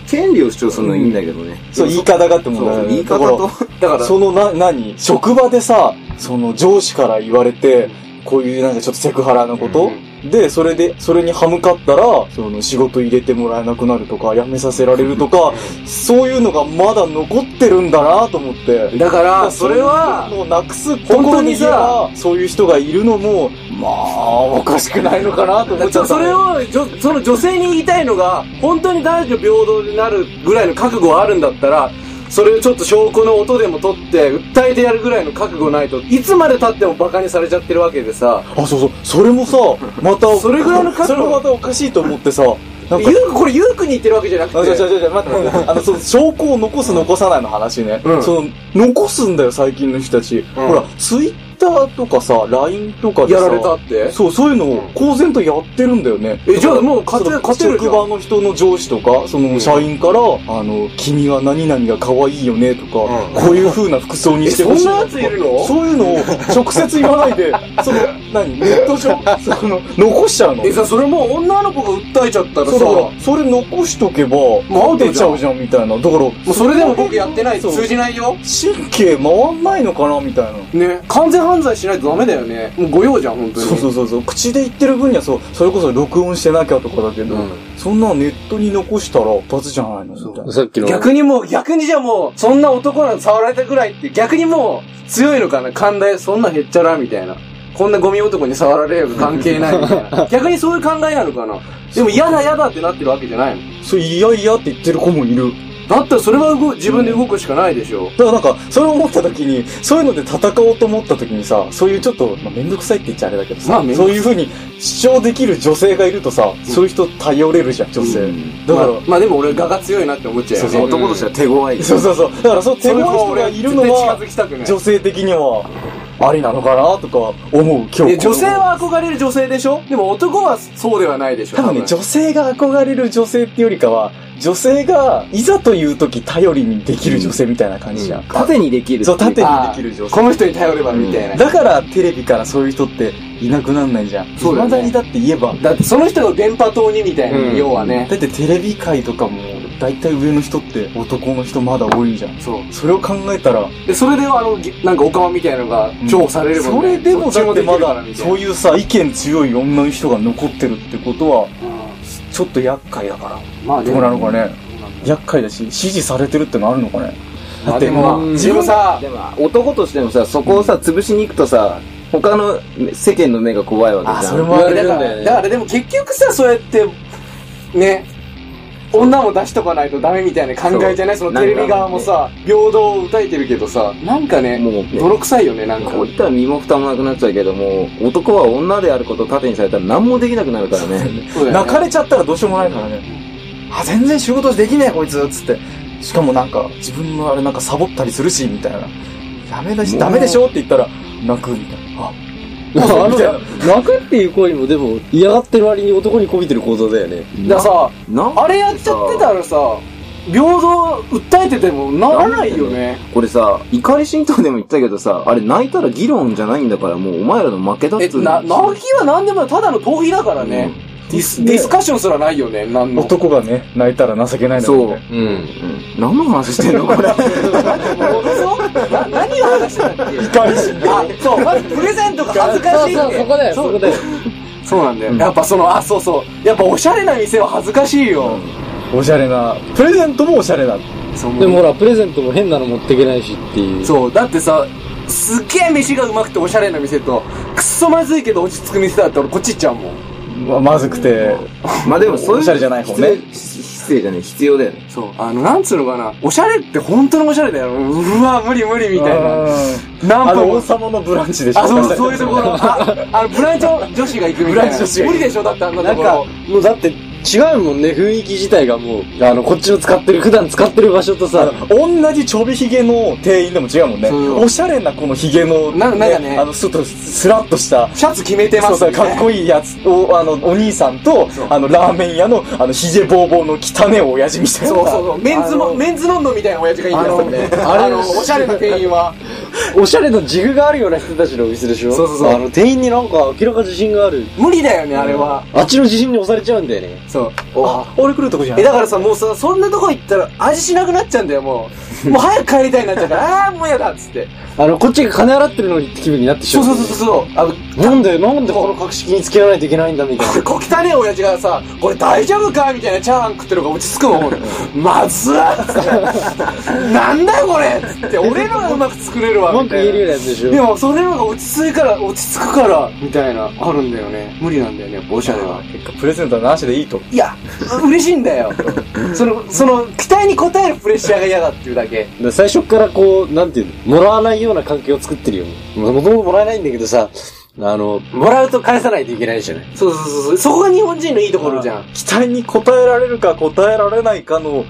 Speaker 4: 権利を主張するのいいんだけどね。
Speaker 2: そう、言い方がっても
Speaker 4: そう、言い方
Speaker 2: だ
Speaker 4: と
Speaker 2: か、ら、そのな、何職場でさ、その上司から言われて、こういうなんかちょっとセクハラなこと、で、それで、それに歯向かったら、その仕事入れてもらえなくなるとか、辞めさせられるとか、そういうのがまだ残ってるんだなと思って。
Speaker 3: だからそれは
Speaker 2: もうなくすところにさ、そういう人がいるのも、まあ、おかしくないのかなと思っちゃった。
Speaker 3: それをじょその女性に言いたいのが本当に男女平等になるぐらいの覚悟あるんだったらそれをちょっと証拠の音でも取って訴えてやるぐらいの覚悟ないといつまで経ってもバカにされちゃってるわけでさ
Speaker 2: あ、そうそう。それもさ、また、
Speaker 3: それぐらいの覚悟
Speaker 2: それもまたおかしいと思ってさ、な
Speaker 3: ゆ
Speaker 2: ん
Speaker 3: う
Speaker 2: か、
Speaker 3: くこれゆうくに言ってるわけじゃなく
Speaker 2: あ、じゃじゃ
Speaker 3: て
Speaker 2: じゃじゃ、待って待って。あの、その、証拠を残す残さないの話ね。その、残すんだよ、最近の人たち。ほら、ツイッターとかさ、LINE とかで
Speaker 3: や
Speaker 2: さ、
Speaker 3: られたって
Speaker 2: そう、そういうのを公然とやってるんだよね。
Speaker 3: えじゃあもう勝て
Speaker 2: その
Speaker 3: 勝てるじゃ
Speaker 2: 職
Speaker 3: ん
Speaker 2: 場の人の上司とか、その社員から、あの、君は何々が可愛いよねとか、こういう風な服装にしてほしいなとか。
Speaker 3: えそんなやついるの
Speaker 2: そういうのを直接言わないで、その、何ネット上、その、残しちゃうの。
Speaker 3: えさそれもう女の子が訴えちゃったら
Speaker 2: そ
Speaker 3: さ
Speaker 2: うだから、それ残しとけば、
Speaker 3: ア
Speaker 2: も
Speaker 3: ウ
Speaker 2: う
Speaker 3: ト
Speaker 2: 出
Speaker 3: じ
Speaker 2: ち
Speaker 3: ゃん
Speaker 2: ゃうじゃんみたいな。だから、も
Speaker 3: もうそれでも僕やってない通じないよ
Speaker 2: 神経回んないのかなみたいな。
Speaker 3: ね完全犯罪しないとダメだよねもう御用じゃん本当に
Speaker 2: そうそうそうそう口で言ってる分にはそうそれこそ録音してなきゃとかだけど、そんなのネットに残したら罰じゃないのみたいな
Speaker 6: さっきの、
Speaker 3: 逆にもう、逆にじゃあもう、そんな男なんて触られたぐらいって、逆にもう、強いのかな寛大、そんなへっちゃらみたいな。こんなゴミ男に触られるか関係ないみたい な。逆にそういう考えなのかなでも嫌だ嫌だってなってるわけじゃないの
Speaker 2: そういやいやって言ってる子もいる
Speaker 3: だったらそれは動自分で動くしかないでしょ。
Speaker 2: だからなんかそれを思った時にそういうので戦おうと思った時にさそういうちょっと、まあ、めんどくさいって言っちゃあれだけどさ、
Speaker 3: まあめんど
Speaker 2: そ
Speaker 3: く
Speaker 2: う
Speaker 3: さ
Speaker 2: いうふうに主張できる女性がいるとさ、そういう人頼れるじゃん女性、
Speaker 4: うん
Speaker 2: だから、
Speaker 3: まあ、まあでも俺、画が強いなって思っちゃうよね。
Speaker 2: そう
Speaker 4: 男としては手強 い。
Speaker 2: そうそうそうだからその手強い人がいるのは
Speaker 3: 絶対近づきたくない
Speaker 2: 女性的にはありなのかなとか思う今日
Speaker 3: え女性は憧れる女性でしょでも男はそうではないでしょ。
Speaker 2: 多分ね、女性が憧れる女性っていうよりかは、女性がいざという時頼りにできる女性みたいな感じじゃん。
Speaker 4: 縦にできる。
Speaker 2: そう、縦
Speaker 4: あ
Speaker 2: にできる女
Speaker 3: こ
Speaker 2: 性。
Speaker 3: の人に頼ればみたいな。
Speaker 2: だからテレビからそういう人っていなくなんないじゃん。
Speaker 3: そうだよね
Speaker 2: 未だにだって言えば。
Speaker 3: だってその人の電波塔にみたいな、
Speaker 6: うん
Speaker 3: 要はね。
Speaker 2: だってテレビ界とかも、だいたい上の人って男の人まだ多いじゃん。
Speaker 3: そう。
Speaker 2: それを考えたら、
Speaker 3: で、それで、あの、ぎなんか、オカマみたいなのが、重宝されるも
Speaker 2: そ
Speaker 3: んね。
Speaker 2: れでもだってまだ、そう
Speaker 3: い
Speaker 2: いうさ、意見強い女の人が残ってるってことは、
Speaker 3: う
Speaker 2: ちょっと厄介だから。
Speaker 3: ん。まあ、で
Speaker 2: どう
Speaker 3: も、
Speaker 2: なのかね。厄介だし、支持されてるってのあるのかね。だって、
Speaker 4: まあでも
Speaker 3: 自分さ、
Speaker 4: でも、男としてもさ、そこをさ、潰しに行くとさ、他の世間の目が怖いわけじゃん。
Speaker 2: あ、それもある
Speaker 3: だから、だからでも結局さ、そうやって、ね、女も出しとかないとダメみたいな考えじゃないそ
Speaker 4: そう
Speaker 3: のテレビ側もさ、平等を歌えてるけどさ、なんかね、
Speaker 4: もうね
Speaker 3: 泥臭いよね、なんか。
Speaker 4: こういったら身も蓋もなくなっちゃうけども、男は女であることを盾にされたら何もできなくなるからね。
Speaker 3: そうだよ
Speaker 2: 泣
Speaker 3: ね
Speaker 2: かれちゃったらどうしようもないからね。あ、全然仕事できねえ、こいつ、つって。しかもなんか、自分のあれなんかサボったりするし、みたいな。ダメだし、ダメでしょって言ったら、泣く、みたいな。あ、
Speaker 6: あの
Speaker 2: みたいな
Speaker 6: 泣くっていう行為もでも嫌がってる割に男にこびてる行動だよね。
Speaker 3: だからさ、
Speaker 4: なん
Speaker 3: あれやっちゃってたらさ、平等訴えててもならないよね。
Speaker 4: これさ、怒り浸透でも言ったけどさ、あれ泣いたら議論じゃないんだから、もうお前らの負けだっ
Speaker 3: え、
Speaker 4: つう
Speaker 3: な、泣きは何でもないただの逃避だからね。ディス、ディスカッションすらないよね、なんの。
Speaker 2: 男がね、泣いたら情けないだろ
Speaker 4: そう
Speaker 2: ね。。
Speaker 6: うん。
Speaker 4: うん何の話してんのこ れ。
Speaker 3: そうな何を話してたっけ
Speaker 2: 怒り心
Speaker 3: あ、そう、まずプレゼントが恥ずかしいって。
Speaker 6: だよ、そこだよ。
Speaker 3: そうなんだよ。やっぱその、あ、そうそう。やっぱおしゃれな店は恥ずかしいよ。
Speaker 2: おしゃれな。プレゼントもおしゃれな。
Speaker 3: そう
Speaker 6: でもほら、プレゼントも変なの持ってけないしっていう。
Speaker 3: そう、だってさ、すっげえ飯がうまくておしゃれな店と、くっそまずいけど落ち着く店だったら俺こっち行っちゃうもん。
Speaker 2: ままずくて。
Speaker 4: まあでもそういう。
Speaker 2: おしゃれじゃない方ね
Speaker 4: 必要。失礼じゃない、必要だよね。
Speaker 3: そう、あの、なんつうのかな。おしゃれって本当のおしゃれだよ。うわ、無理無理みたいな。
Speaker 2: あ
Speaker 3: 何
Speaker 2: の、
Speaker 3: 分
Speaker 2: 王
Speaker 3: も
Speaker 2: 様のブランチでしょ。
Speaker 3: あ、そう、そういうところ。あ、あの、ブランチョ女子が行くみたいな。
Speaker 2: ブランチ女子が行く
Speaker 3: 無理でしょだってあんな
Speaker 6: なん
Speaker 3: とこ
Speaker 6: か
Speaker 3: ろ。、
Speaker 6: もうだって、違うもんね、雰囲気自体がもう、あの、こっちの使ってる、普段使ってる場所と さ、
Speaker 2: 同じちょびひげの店員でも違うもんね。おしゃれなこのひげの、
Speaker 3: ななんかね
Speaker 2: あの、すっと、スラッとした、
Speaker 3: シャツ決めてます
Speaker 2: そう
Speaker 3: ね。
Speaker 2: そうかっこいいやつを、あの、お兄さんと、あの、ラーメン屋の、あの、ひげぼうぼうの汚ね親父みたいな。
Speaker 3: そうそうそう。メンズも、メンズロンドンみたいな親父がいいんだよね。あの、おしゃれな店員は。
Speaker 6: おしゃれのジグがあるような人たちのお店でしょそうそうそう。あの、店員になんか明らか自信がある。
Speaker 3: 無理だよね、あれは。
Speaker 6: あっちの自信に押されちゃうんだよね。
Speaker 3: そう。
Speaker 2: あ、俺来るとこじゃん
Speaker 3: え、。だからさ、もうさ、そんなとこ行ったら味しなくなっちゃうんだよ、もう。もう早く帰りたいになっちゃうから、あーもうやだっつって。
Speaker 6: あの、こっちが金払ってるのにって気分になってし
Speaker 3: そ
Speaker 6: ま
Speaker 3: う
Speaker 6: う。
Speaker 3: そうそうそう。あの、
Speaker 6: う。なんで、なんでこの格式につけらないといけないんだみたいな。
Speaker 3: こ汚ねえ親父がさ、これ大丈夫かみたいなチャーハン食ってるのが落ち着くもん。まずっつって。なんだよこれっつって、俺のがうまく作れるわ、
Speaker 6: 文
Speaker 3: み
Speaker 6: 句
Speaker 3: た
Speaker 6: 言え
Speaker 3: い
Speaker 6: る
Speaker 3: な
Speaker 6: よ。うなやつでし
Speaker 3: で
Speaker 6: ょ
Speaker 3: も、それの方が落ち着くから、落ち着くから、みたいな、あるんだよね。無理なんだよね、おしゃれは。
Speaker 2: 結果プレゼントなしでいいと。
Speaker 3: いや、嬉しいんだよ。 その、その、期待に応えるプレッシャーが嫌だっていうだけ。
Speaker 6: で最初からこう、なんていうの、もらわないような関係を作ってるよ。もともともらえないんだけどさ、あの、もらうと返さないといけないじゃない。
Speaker 3: そうそうそうそう。そこが日本人のいいところじゃん。
Speaker 2: 期待に応えられるか応えられないかの、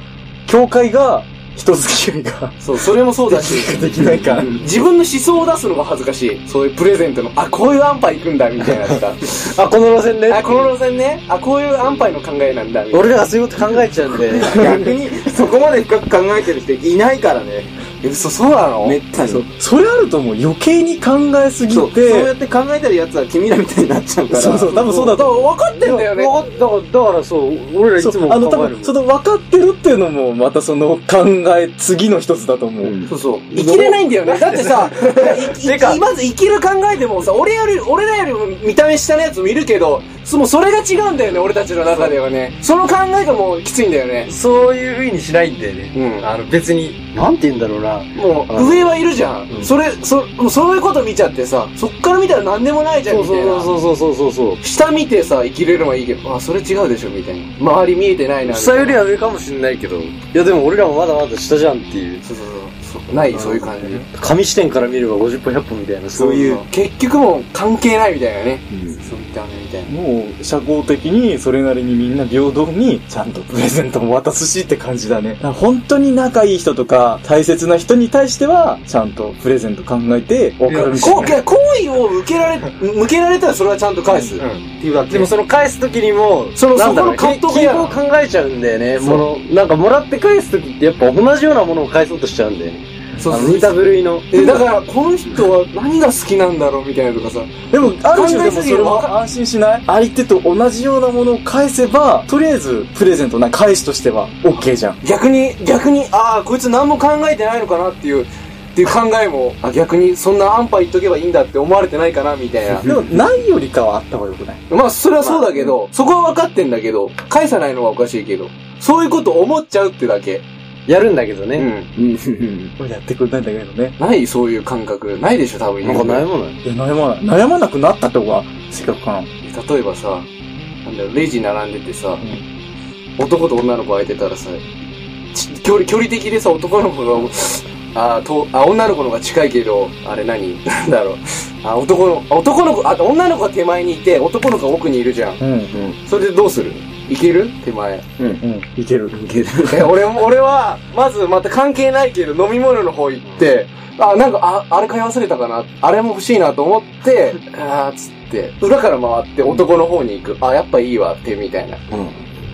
Speaker 2: 境界が、人付き合いが、
Speaker 3: そう、それもそうだし。
Speaker 2: できないか。
Speaker 3: 自分の思想を出すのが恥ずかしい。そういうプレゼントの、あ、こういう安牌行くんだ、みたいなさ。
Speaker 6: あ、この路線ね
Speaker 3: あ、この路線ね。あ、こういう安牌の考えなんだ、みたいな。
Speaker 4: 俺らがそういうこと考えちゃうんで、逆にそこまで深く考えてる人いないからね。
Speaker 3: え、嘘、そうなの
Speaker 4: めったに。
Speaker 2: そ
Speaker 4: そう
Speaker 2: う。それあるともう余計に考えすぎ
Speaker 4: そうや
Speaker 2: て、
Speaker 4: って考えてる奴は君らみたいになっちゃうから。
Speaker 2: そうそう、多分そうだと思う。
Speaker 3: 分かってんだよね。
Speaker 6: わかだから、だからそう、俺らいつ
Speaker 2: そう
Speaker 6: も
Speaker 2: あの、多
Speaker 6: 考えるも
Speaker 2: 分、
Speaker 6: ん。
Speaker 2: その分かってるっていうのも、またその考え、次の一つだと思う。
Speaker 4: うん
Speaker 3: そうそう。生きれないんだよね。だって さ、いいいまず生きる考えでもさ、俺より、俺らよりも見た目下のやつもいるけど、そもうそれが違うんだよね、俺たちの中ではね。その考えがもうきついんだよね。
Speaker 5: そういう風にしないんだよね。
Speaker 3: うん
Speaker 5: あの、別に。
Speaker 6: なんて言うんだろうな。
Speaker 3: もう、上はいるじゃん。それ、そ、もうそういうこと見ちゃってさ、そっから見たら何でもないじゃん、
Speaker 6: そう
Speaker 3: みたいな。
Speaker 6: そうそうそうそうそう。
Speaker 3: 下見てさ、生きれるのはいいけど、あ、それ違うでしょ、みたいな。周り見えてないな、み
Speaker 5: 下
Speaker 3: たい
Speaker 5: よ
Speaker 3: な。
Speaker 5: りは上かもしんないけど。
Speaker 6: いやでも俺らもまだまだ下じゃんっていう。
Speaker 3: そうそうそうそう。ない、そういう感じ。
Speaker 6: 紙視点から見れば50本100本みたいな、そういう。
Speaker 3: 結局もう関係ないみたいなね。そう見た目みたいな。
Speaker 2: もう、社交的に、それなりにみんな平等に、ちゃんとプレゼントも渡すしって感じだね。だから本当に仲いい人とか、大切な人に対しては、ちゃんとプレゼント考えて、お金
Speaker 3: こういや好意を受けられ、向けられたらそれはちゃんと返す。っていうだけ。
Speaker 6: でもその返す時にも、
Speaker 3: その
Speaker 6: なんだろうね
Speaker 3: そこの葛藤が
Speaker 6: 希
Speaker 3: 嫌な
Speaker 6: 望を考えちゃうんだよね。もの、なんかもらって返す時ってやっぱ同じようなものを返そうとしちゃうんだよね。
Speaker 3: そ
Speaker 6: あ
Speaker 3: う
Speaker 6: の、
Speaker 3: そう
Speaker 6: 似た部類の。
Speaker 3: えだから、この人は何が好きなんだろうみたいなとかさ。
Speaker 2: でも、ある
Speaker 3: 考
Speaker 2: 種
Speaker 3: え
Speaker 2: でも
Speaker 3: す
Speaker 2: そ
Speaker 3: ぎる
Speaker 2: れは安心しない相手と同じようなものを返せば、とりあえず、プレゼントな返しとしては、OK じゃん。
Speaker 3: 逆に、逆に、ああ、こいつ何も考えてないのかなっていう、っていう考えも、あ、逆にそんな安牌言っとけばいいんだって思われてないかなみたいな。
Speaker 2: でも、ないよりかはあった方がよくない
Speaker 3: まあ、それはそうだけど、そこは分かってんだけど、返さないのはおかしいけど、そういうこと思っちゃうってだけ。
Speaker 6: やるんだけど
Speaker 3: う
Speaker 6: ね。
Speaker 3: ん。
Speaker 4: うん。
Speaker 2: これやってくれないんだけどね。
Speaker 3: ないそういう感覚。ないでしょ、多分。
Speaker 6: なんかないもの
Speaker 2: いや、悩まない。悩まなくなったって方が、せっかくかな。
Speaker 3: 例えばさ、なんだろう、レジ並んでてさ、男と女の子空いてたらさ、ち距離、距離的でさ、男の子が、あーと、あ、女の子の方が近いけど、あれ何 なんだろう。あ、男の、あ男の子、あ、女の子が手前にいて、男の子が奥にいるじゃん。
Speaker 2: うん、
Speaker 3: それでどうするいける手前。
Speaker 2: うん、いける。
Speaker 3: え俺も、俺は、まずまた関係ないけど、飲み物の方行って、あ、なんか、あ、あれ買い忘れたかな、あれも欲しいなと思って、あー、つって、裏から回って男の方に行く。あ、やっぱいいわって、みたいな。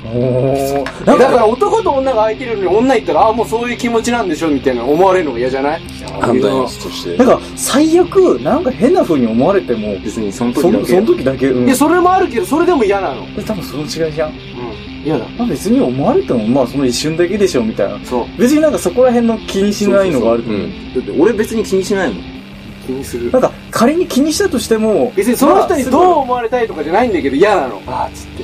Speaker 2: おー。
Speaker 3: だから男と女が空いてるのに女行ったら、あ、もうそういう気持ちなんでしょ、みたいな思われるのが嫌じゃない
Speaker 4: 判断として
Speaker 2: なん。か、最悪、なんか変な風に思われても、
Speaker 4: 別にその
Speaker 2: そ
Speaker 4: 時
Speaker 2: の
Speaker 4: だけ
Speaker 2: その時だけ、うん。
Speaker 3: いや、それもあるけど、それでも嫌なの。
Speaker 2: 多分その違いじゃん。
Speaker 3: 嫌だ。
Speaker 2: まあ別に思われても、まあその一瞬だけでしょ、みたいな。
Speaker 3: そう。
Speaker 2: 別になんかそこら辺の気にしないのがあると
Speaker 4: う
Speaker 2: 思う。
Speaker 4: ん。だって俺別に気にしないもん。
Speaker 3: 気にする。
Speaker 2: なんか、仮に気にしたとしても、
Speaker 3: 別にその人にどう
Speaker 2: う
Speaker 3: 思われたいとかじゃないんだけど、嫌なの。あー、つって。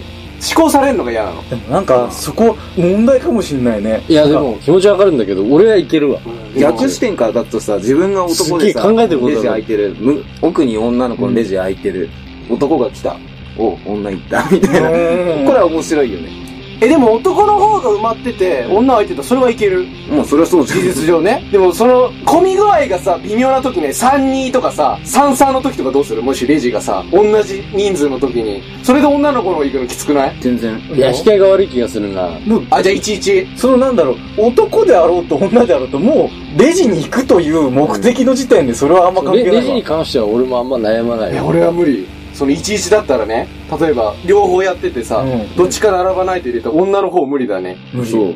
Speaker 3: 思考されるのが嫌なの。
Speaker 2: でもなんか、そこ、問題かもしんないね。
Speaker 6: いやでも気持ちわかるんだけど、俺はいけるわ。
Speaker 4: 逆視点からだとさ、自分が男でさ、
Speaker 6: すっげえ考えてることだ
Speaker 4: レジ空いてる、む奥に女の子のレジ空いてる、男が来た、お、女行った、みたいな。これは面白いよね。
Speaker 3: え、でも男の方が埋まってて、女相手だとそれはいける。
Speaker 4: もうそれはそうじゃん
Speaker 3: 技。術上ね。でもその、混み具合がさ、微妙な時ね、3-2とかさ、3-3の時とかどうするもしレジがさ、同じ人数の時に。それで女の子の方行くのきつくない
Speaker 4: 全然。
Speaker 7: いや、引き合いが悪い気がするな。
Speaker 3: あ、じゃあ1-1。
Speaker 8: そのなんだろう、男であろうと女であろうと、もう、レジに行くという目的の時点で、それはあんま関係
Speaker 7: レ
Speaker 8: な
Speaker 7: レ
Speaker 8: い
Speaker 7: ジ
Speaker 8: わ
Speaker 7: に。関しては俺もあんま悩まないい
Speaker 3: や、
Speaker 7: よ。
Speaker 3: 俺は無理。その1-1だったらね、例えば、両方やっててさ、
Speaker 8: うん
Speaker 3: どっちか並ばないと入れたら女の方無理だね。
Speaker 8: 無理
Speaker 4: そう。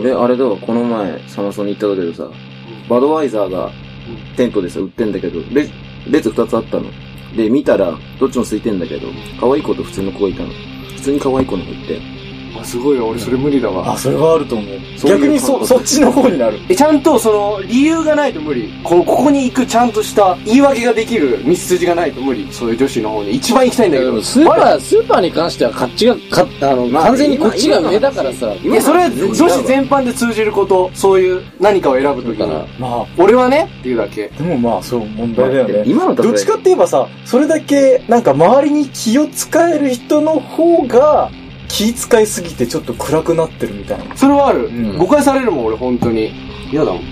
Speaker 4: 俺、あれだわ、この前、サマソンに行ったけどさ、バドワイザーが、テントでさ、売ってんだけど、レ列二つあったの。で、見たら、どっちも空いてんだけど、可愛い子と普通の子がいたの。普通に可愛い子の方行って。
Speaker 3: あ、すごいよ、俺それ無理だわ。
Speaker 8: あ、それはあると思う。
Speaker 4: そういう
Speaker 8: 逆にそ、
Speaker 4: 感覚
Speaker 8: そっちの方になる。
Speaker 3: え、ちゃんとその、理由がないと無理。この、ここに行くちゃんとした言い訳ができる道筋がないと無理。そういう女子の方に一番行きたいんだ
Speaker 7: い
Speaker 3: け
Speaker 7: やで
Speaker 3: ど
Speaker 7: も。スーパー、スーパーに関しては、こっちが、かあの、
Speaker 4: まあ
Speaker 7: 完全にこっちが上だからさ、
Speaker 3: いや、それは女子全般で通じること、そういう何かを選ぶとき
Speaker 7: だから
Speaker 3: に、
Speaker 8: まあ、
Speaker 3: 俺はねっていうだけ。
Speaker 8: でもまあ、そう、問題だよね。
Speaker 4: 今の例え
Speaker 8: どっちかって言えばさ、それだけ、なんか周りに気を使える人の方が、気使いすぎてちょっと暗くなってるみたいな。
Speaker 3: それはある。
Speaker 8: うん
Speaker 3: 誤解されるもん、俺、本当に。嫌だもん。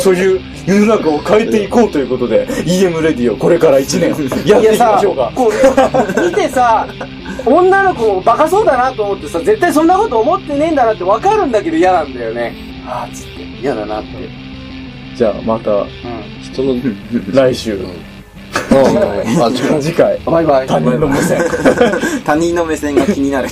Speaker 8: そういう世の中を変えていこうということで、EM レディをこれから1年やっ
Speaker 3: い
Speaker 8: て
Speaker 3: や
Speaker 8: いきま
Speaker 3: さ
Speaker 8: しょうか、。
Speaker 3: こう、見てさ、女の子バカそうだなと思ってさ、絶対そんなこと思ってねえんだなってわかるんだけど嫌なんだよね。ああ、つって。嫌だなって。
Speaker 8: じゃあまた
Speaker 7: 人の、
Speaker 8: 来週、
Speaker 7: あ、ちょ
Speaker 8: 次回、
Speaker 3: バイバイ。
Speaker 8: 他人の目線。
Speaker 4: 他人の目線が気になる。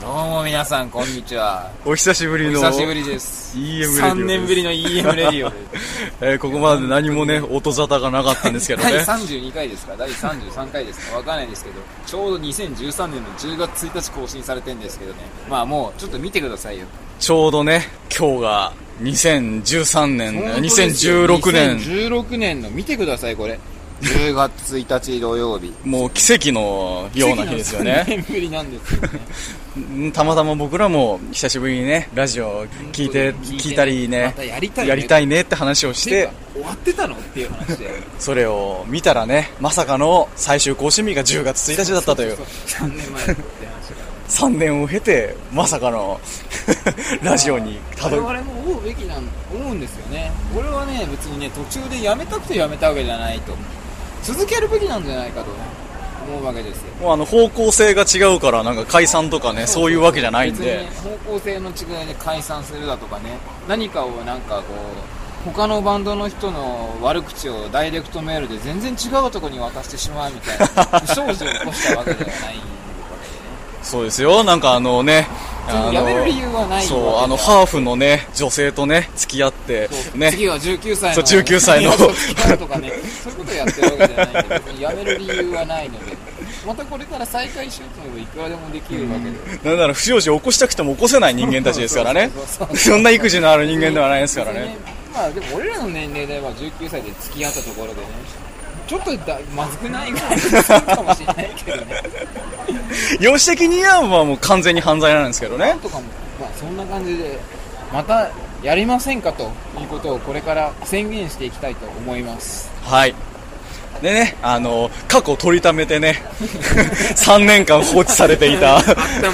Speaker 9: どうも皆さん、こんにちは。
Speaker 2: お久しぶ
Speaker 9: お
Speaker 2: りの
Speaker 9: 久しぶりです。
Speaker 2: EM レディオ
Speaker 9: 3年ぶりの EM レディオで
Speaker 2: えーここまで何もね、音沙汰がなかったんですけ
Speaker 9: す。
Speaker 2: ど
Speaker 9: 第
Speaker 2: ね。
Speaker 9: 32回ですか第33回ですかわかんないですけど、ちょうど2013年の10月1日更新されてんですけどね。まあもう、ちょっと見てくださいよ。
Speaker 2: ちょうどね、今日が2013年、2016年、
Speaker 9: 2016年の見てください、これ。10月1日土曜日。
Speaker 2: もう奇跡のような日ですよ
Speaker 9: 3
Speaker 2: ね。
Speaker 9: 年ぶりなんですよね。
Speaker 2: うんたまたま僕らも久しぶりにね、ラジオ聞いて、聞いたり
Speaker 9: ま
Speaker 2: ね
Speaker 9: た、やりたい、ね。
Speaker 2: やりたいねって話をし
Speaker 9: って
Speaker 2: て
Speaker 9: か、終わってたのっていう話で。
Speaker 2: それを見たらね、まさかの最終更新日が10月1日だったという、
Speaker 9: 3年前のって話が。
Speaker 2: 3年を経て、まさかの ラジオにた
Speaker 9: 我
Speaker 2: どり
Speaker 9: 々も思うべきなん思うんですよね俺はね別にね途中でやめたくてやめたわけじゃないと続けるべきなんじゃないかと思うわけですよ
Speaker 2: もうあの方向性が違うからなんか解散とかねそういうわけじゃないんで
Speaker 9: 別に方向性の違いで解散するだとかね何かをなんかこう他のバンドの人の悪口をダイレクトメールで全然違うとこに渡してしまうみたいな不祥事を起こしたわけではない
Speaker 2: そうですよなんかあのねあ
Speaker 9: やめる理
Speaker 2: の
Speaker 9: 由はない
Speaker 2: そうあのハーフのね女性とね付き合って
Speaker 9: ね、
Speaker 2: ね
Speaker 9: 次は19歳
Speaker 2: そ
Speaker 9: の
Speaker 2: う19歳の
Speaker 9: いやそう付き合うとかねそういうことやってるわけじゃないんで別にやめる理由はないのでまたこれから再開しようと思えばいくらでもできるわけで
Speaker 2: なんなら不祥事起こしたくても起こせない人間たちですからね
Speaker 9: そうそうそう
Speaker 2: そんな育児のある人間ではないですからね
Speaker 9: まあでも俺らの年齢では19歳で付き合ったところでねちょっとだまずくないぐらいかもしれないけど ね
Speaker 2: 容姿的にはまあもう完全に犯罪なんですけどね
Speaker 9: とかもまあそんな感じでまたやりませんかということをこれから宣言していきたいと思い ます
Speaker 2: はいでね、あの、過去を取りためてね、3年間放置されていた
Speaker 9: 温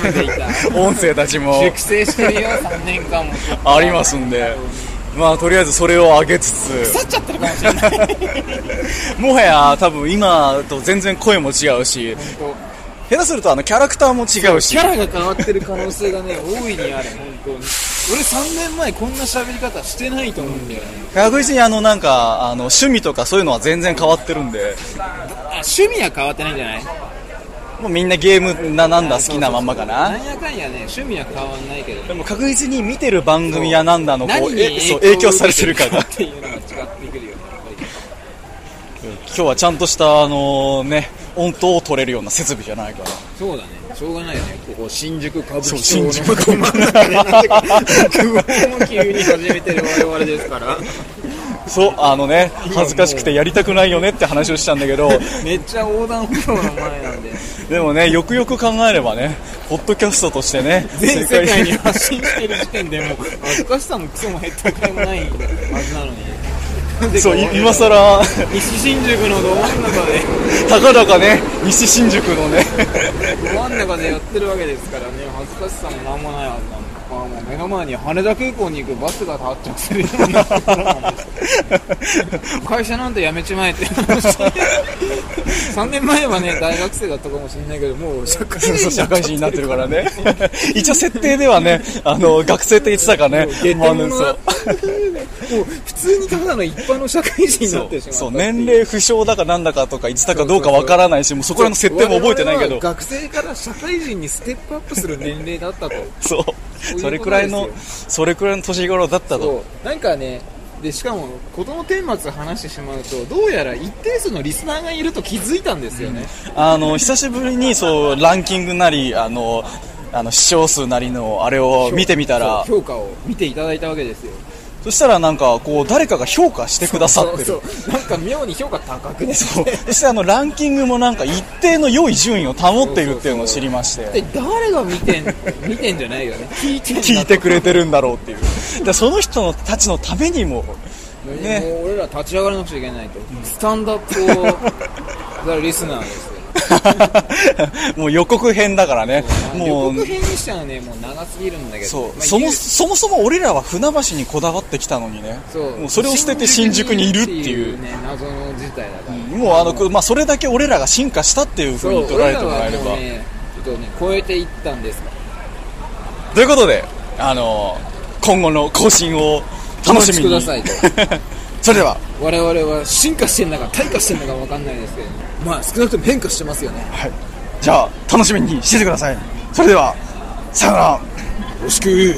Speaker 9: めていた
Speaker 2: 音声たちも、
Speaker 9: 熟成してるよ3年間も
Speaker 2: ありますんで、まあとりあえずそれを上げつつ、
Speaker 9: 腐っちゃってるかもしれない
Speaker 2: もはや多分今と全然声も違うし、下手するとあのキャラクターも違うし
Speaker 9: キ、ャラが変わってる可能性がね大いにある 本当に俺3年前こんな喋り方してないと思うんだよね、
Speaker 2: 確実にあのなんか、あの趣味とかそういうのは全然変わってるんで、
Speaker 9: あ趣味は変わってないんじゃない
Speaker 2: もうみんなゲームななんだ好きなまんまか
Speaker 9: な
Speaker 2: な。
Speaker 9: んやかんやね趣味は変わんないけど
Speaker 2: でも確実に見てる番組やなんだのこ
Speaker 9: 何
Speaker 2: う
Speaker 9: に
Speaker 2: えそう影響されてるか
Speaker 9: 影響を
Speaker 2: が
Speaker 9: 受、けてるかっていうのが違ってくるよねやっぱり
Speaker 2: 今日はちゃんとしたあのね、音頭を取れるような設備じゃないから。
Speaker 9: そうだねしょうがないよねここ新宿歌舞伎
Speaker 2: そう、
Speaker 9: 町
Speaker 2: 新
Speaker 9: の
Speaker 2: 宿と
Speaker 9: も急に始めてる我々ですから
Speaker 2: そう、あのね、恥ずかしくてやりたくないよねって話をしたんだ けど、
Speaker 9: めっちゃ横断歩道の前なんで
Speaker 2: でもね、よくよく考えればね、ポッドキャストとしてね、
Speaker 9: 全世界に発信してる時点でもう恥ずかしさもクソも減ったくれもないはずなのに
Speaker 2: そう、い今更、
Speaker 9: 西新宿のど真ん中で、
Speaker 2: たかだかね、西新宿のね、
Speaker 9: ど真ん中でやってるわけですからね、恥ずかしさもなんもないはずなんで、まあ、もう目の前に羽田空港に行くバスが発着するようになってたもんです会社なんて辞めちまえって 話。3年前はね、大学生だったかもしれないけど、もう社会人
Speaker 2: 社会人になってるからね。 一応設定ではね、あの、学生って言ってたからね。
Speaker 9: 下手
Speaker 2: あ
Speaker 9: 者
Speaker 2: のそう
Speaker 9: だもう普通にただの一般の社会人にな
Speaker 2: そ
Speaker 9: ってしまった
Speaker 2: うそう年齢不詳だかなんだかとか言ってたかどうかわからないし、もうそこらの設定も覚えてないけ
Speaker 9: 我々は
Speaker 2: ど、
Speaker 9: 学生から社会人にステップアップする年齢だったと
Speaker 2: そう、
Speaker 9: よ
Speaker 2: それくらいの、それくらいの年頃だったと。
Speaker 9: そうなんかねでしかも事の顛末を話してしまうとどうやら一定数のリスナーがいると気づいたんですよね、
Speaker 2: あの、久しぶりに、そう、ランキングなり、あの、あの、視聴数なりの、あれを見てみたら、
Speaker 9: そう評価を見ていただいたわけですよ
Speaker 2: そしたらなんか、こう、誰かが評価してくださってる。
Speaker 9: そうそうなんか妙に評価高 くね
Speaker 2: そう。そしてあの、ランキングもなんか一定の良い順位を保っているっていうのを知りまして、
Speaker 9: で誰が見てん見てんじゃないよね聞いてんだ
Speaker 2: 聞いてくれてるんだろうっていう。で、その人のたちのためにも、ね
Speaker 9: もう俺ら立ち上がらなくちゃいけないと、スタンダップをだからリスナーですよ
Speaker 2: もう予告編だからね。も
Speaker 9: 予
Speaker 2: う
Speaker 9: 告、編にしてはねもう長すぎるんだけど
Speaker 2: そう、
Speaker 9: まあ
Speaker 2: そ
Speaker 9: 言
Speaker 2: も、
Speaker 9: う
Speaker 2: そもそも俺らは船橋にこだわってきたのにね。
Speaker 9: そう
Speaker 2: もうそれを捨てて新宿にいるっていう。
Speaker 9: ね謎の事態だから、
Speaker 2: もうあの、くまあ、それだけ俺らが進化したっていう風に捉えてもらえれ
Speaker 9: 俺らは
Speaker 2: ば。
Speaker 9: もうねちょっとね超えていったんです
Speaker 2: ということで、あの今後の更新を楽しみ
Speaker 9: お
Speaker 2: に。
Speaker 9: 待ちく
Speaker 2: それでは、
Speaker 9: 我々は進化してんだか退化してんだか分かんないですけど、まあ少なくとも変化してますよね
Speaker 2: じゃあ、楽しみにしててください。それでは、さよなら。
Speaker 9: よろしく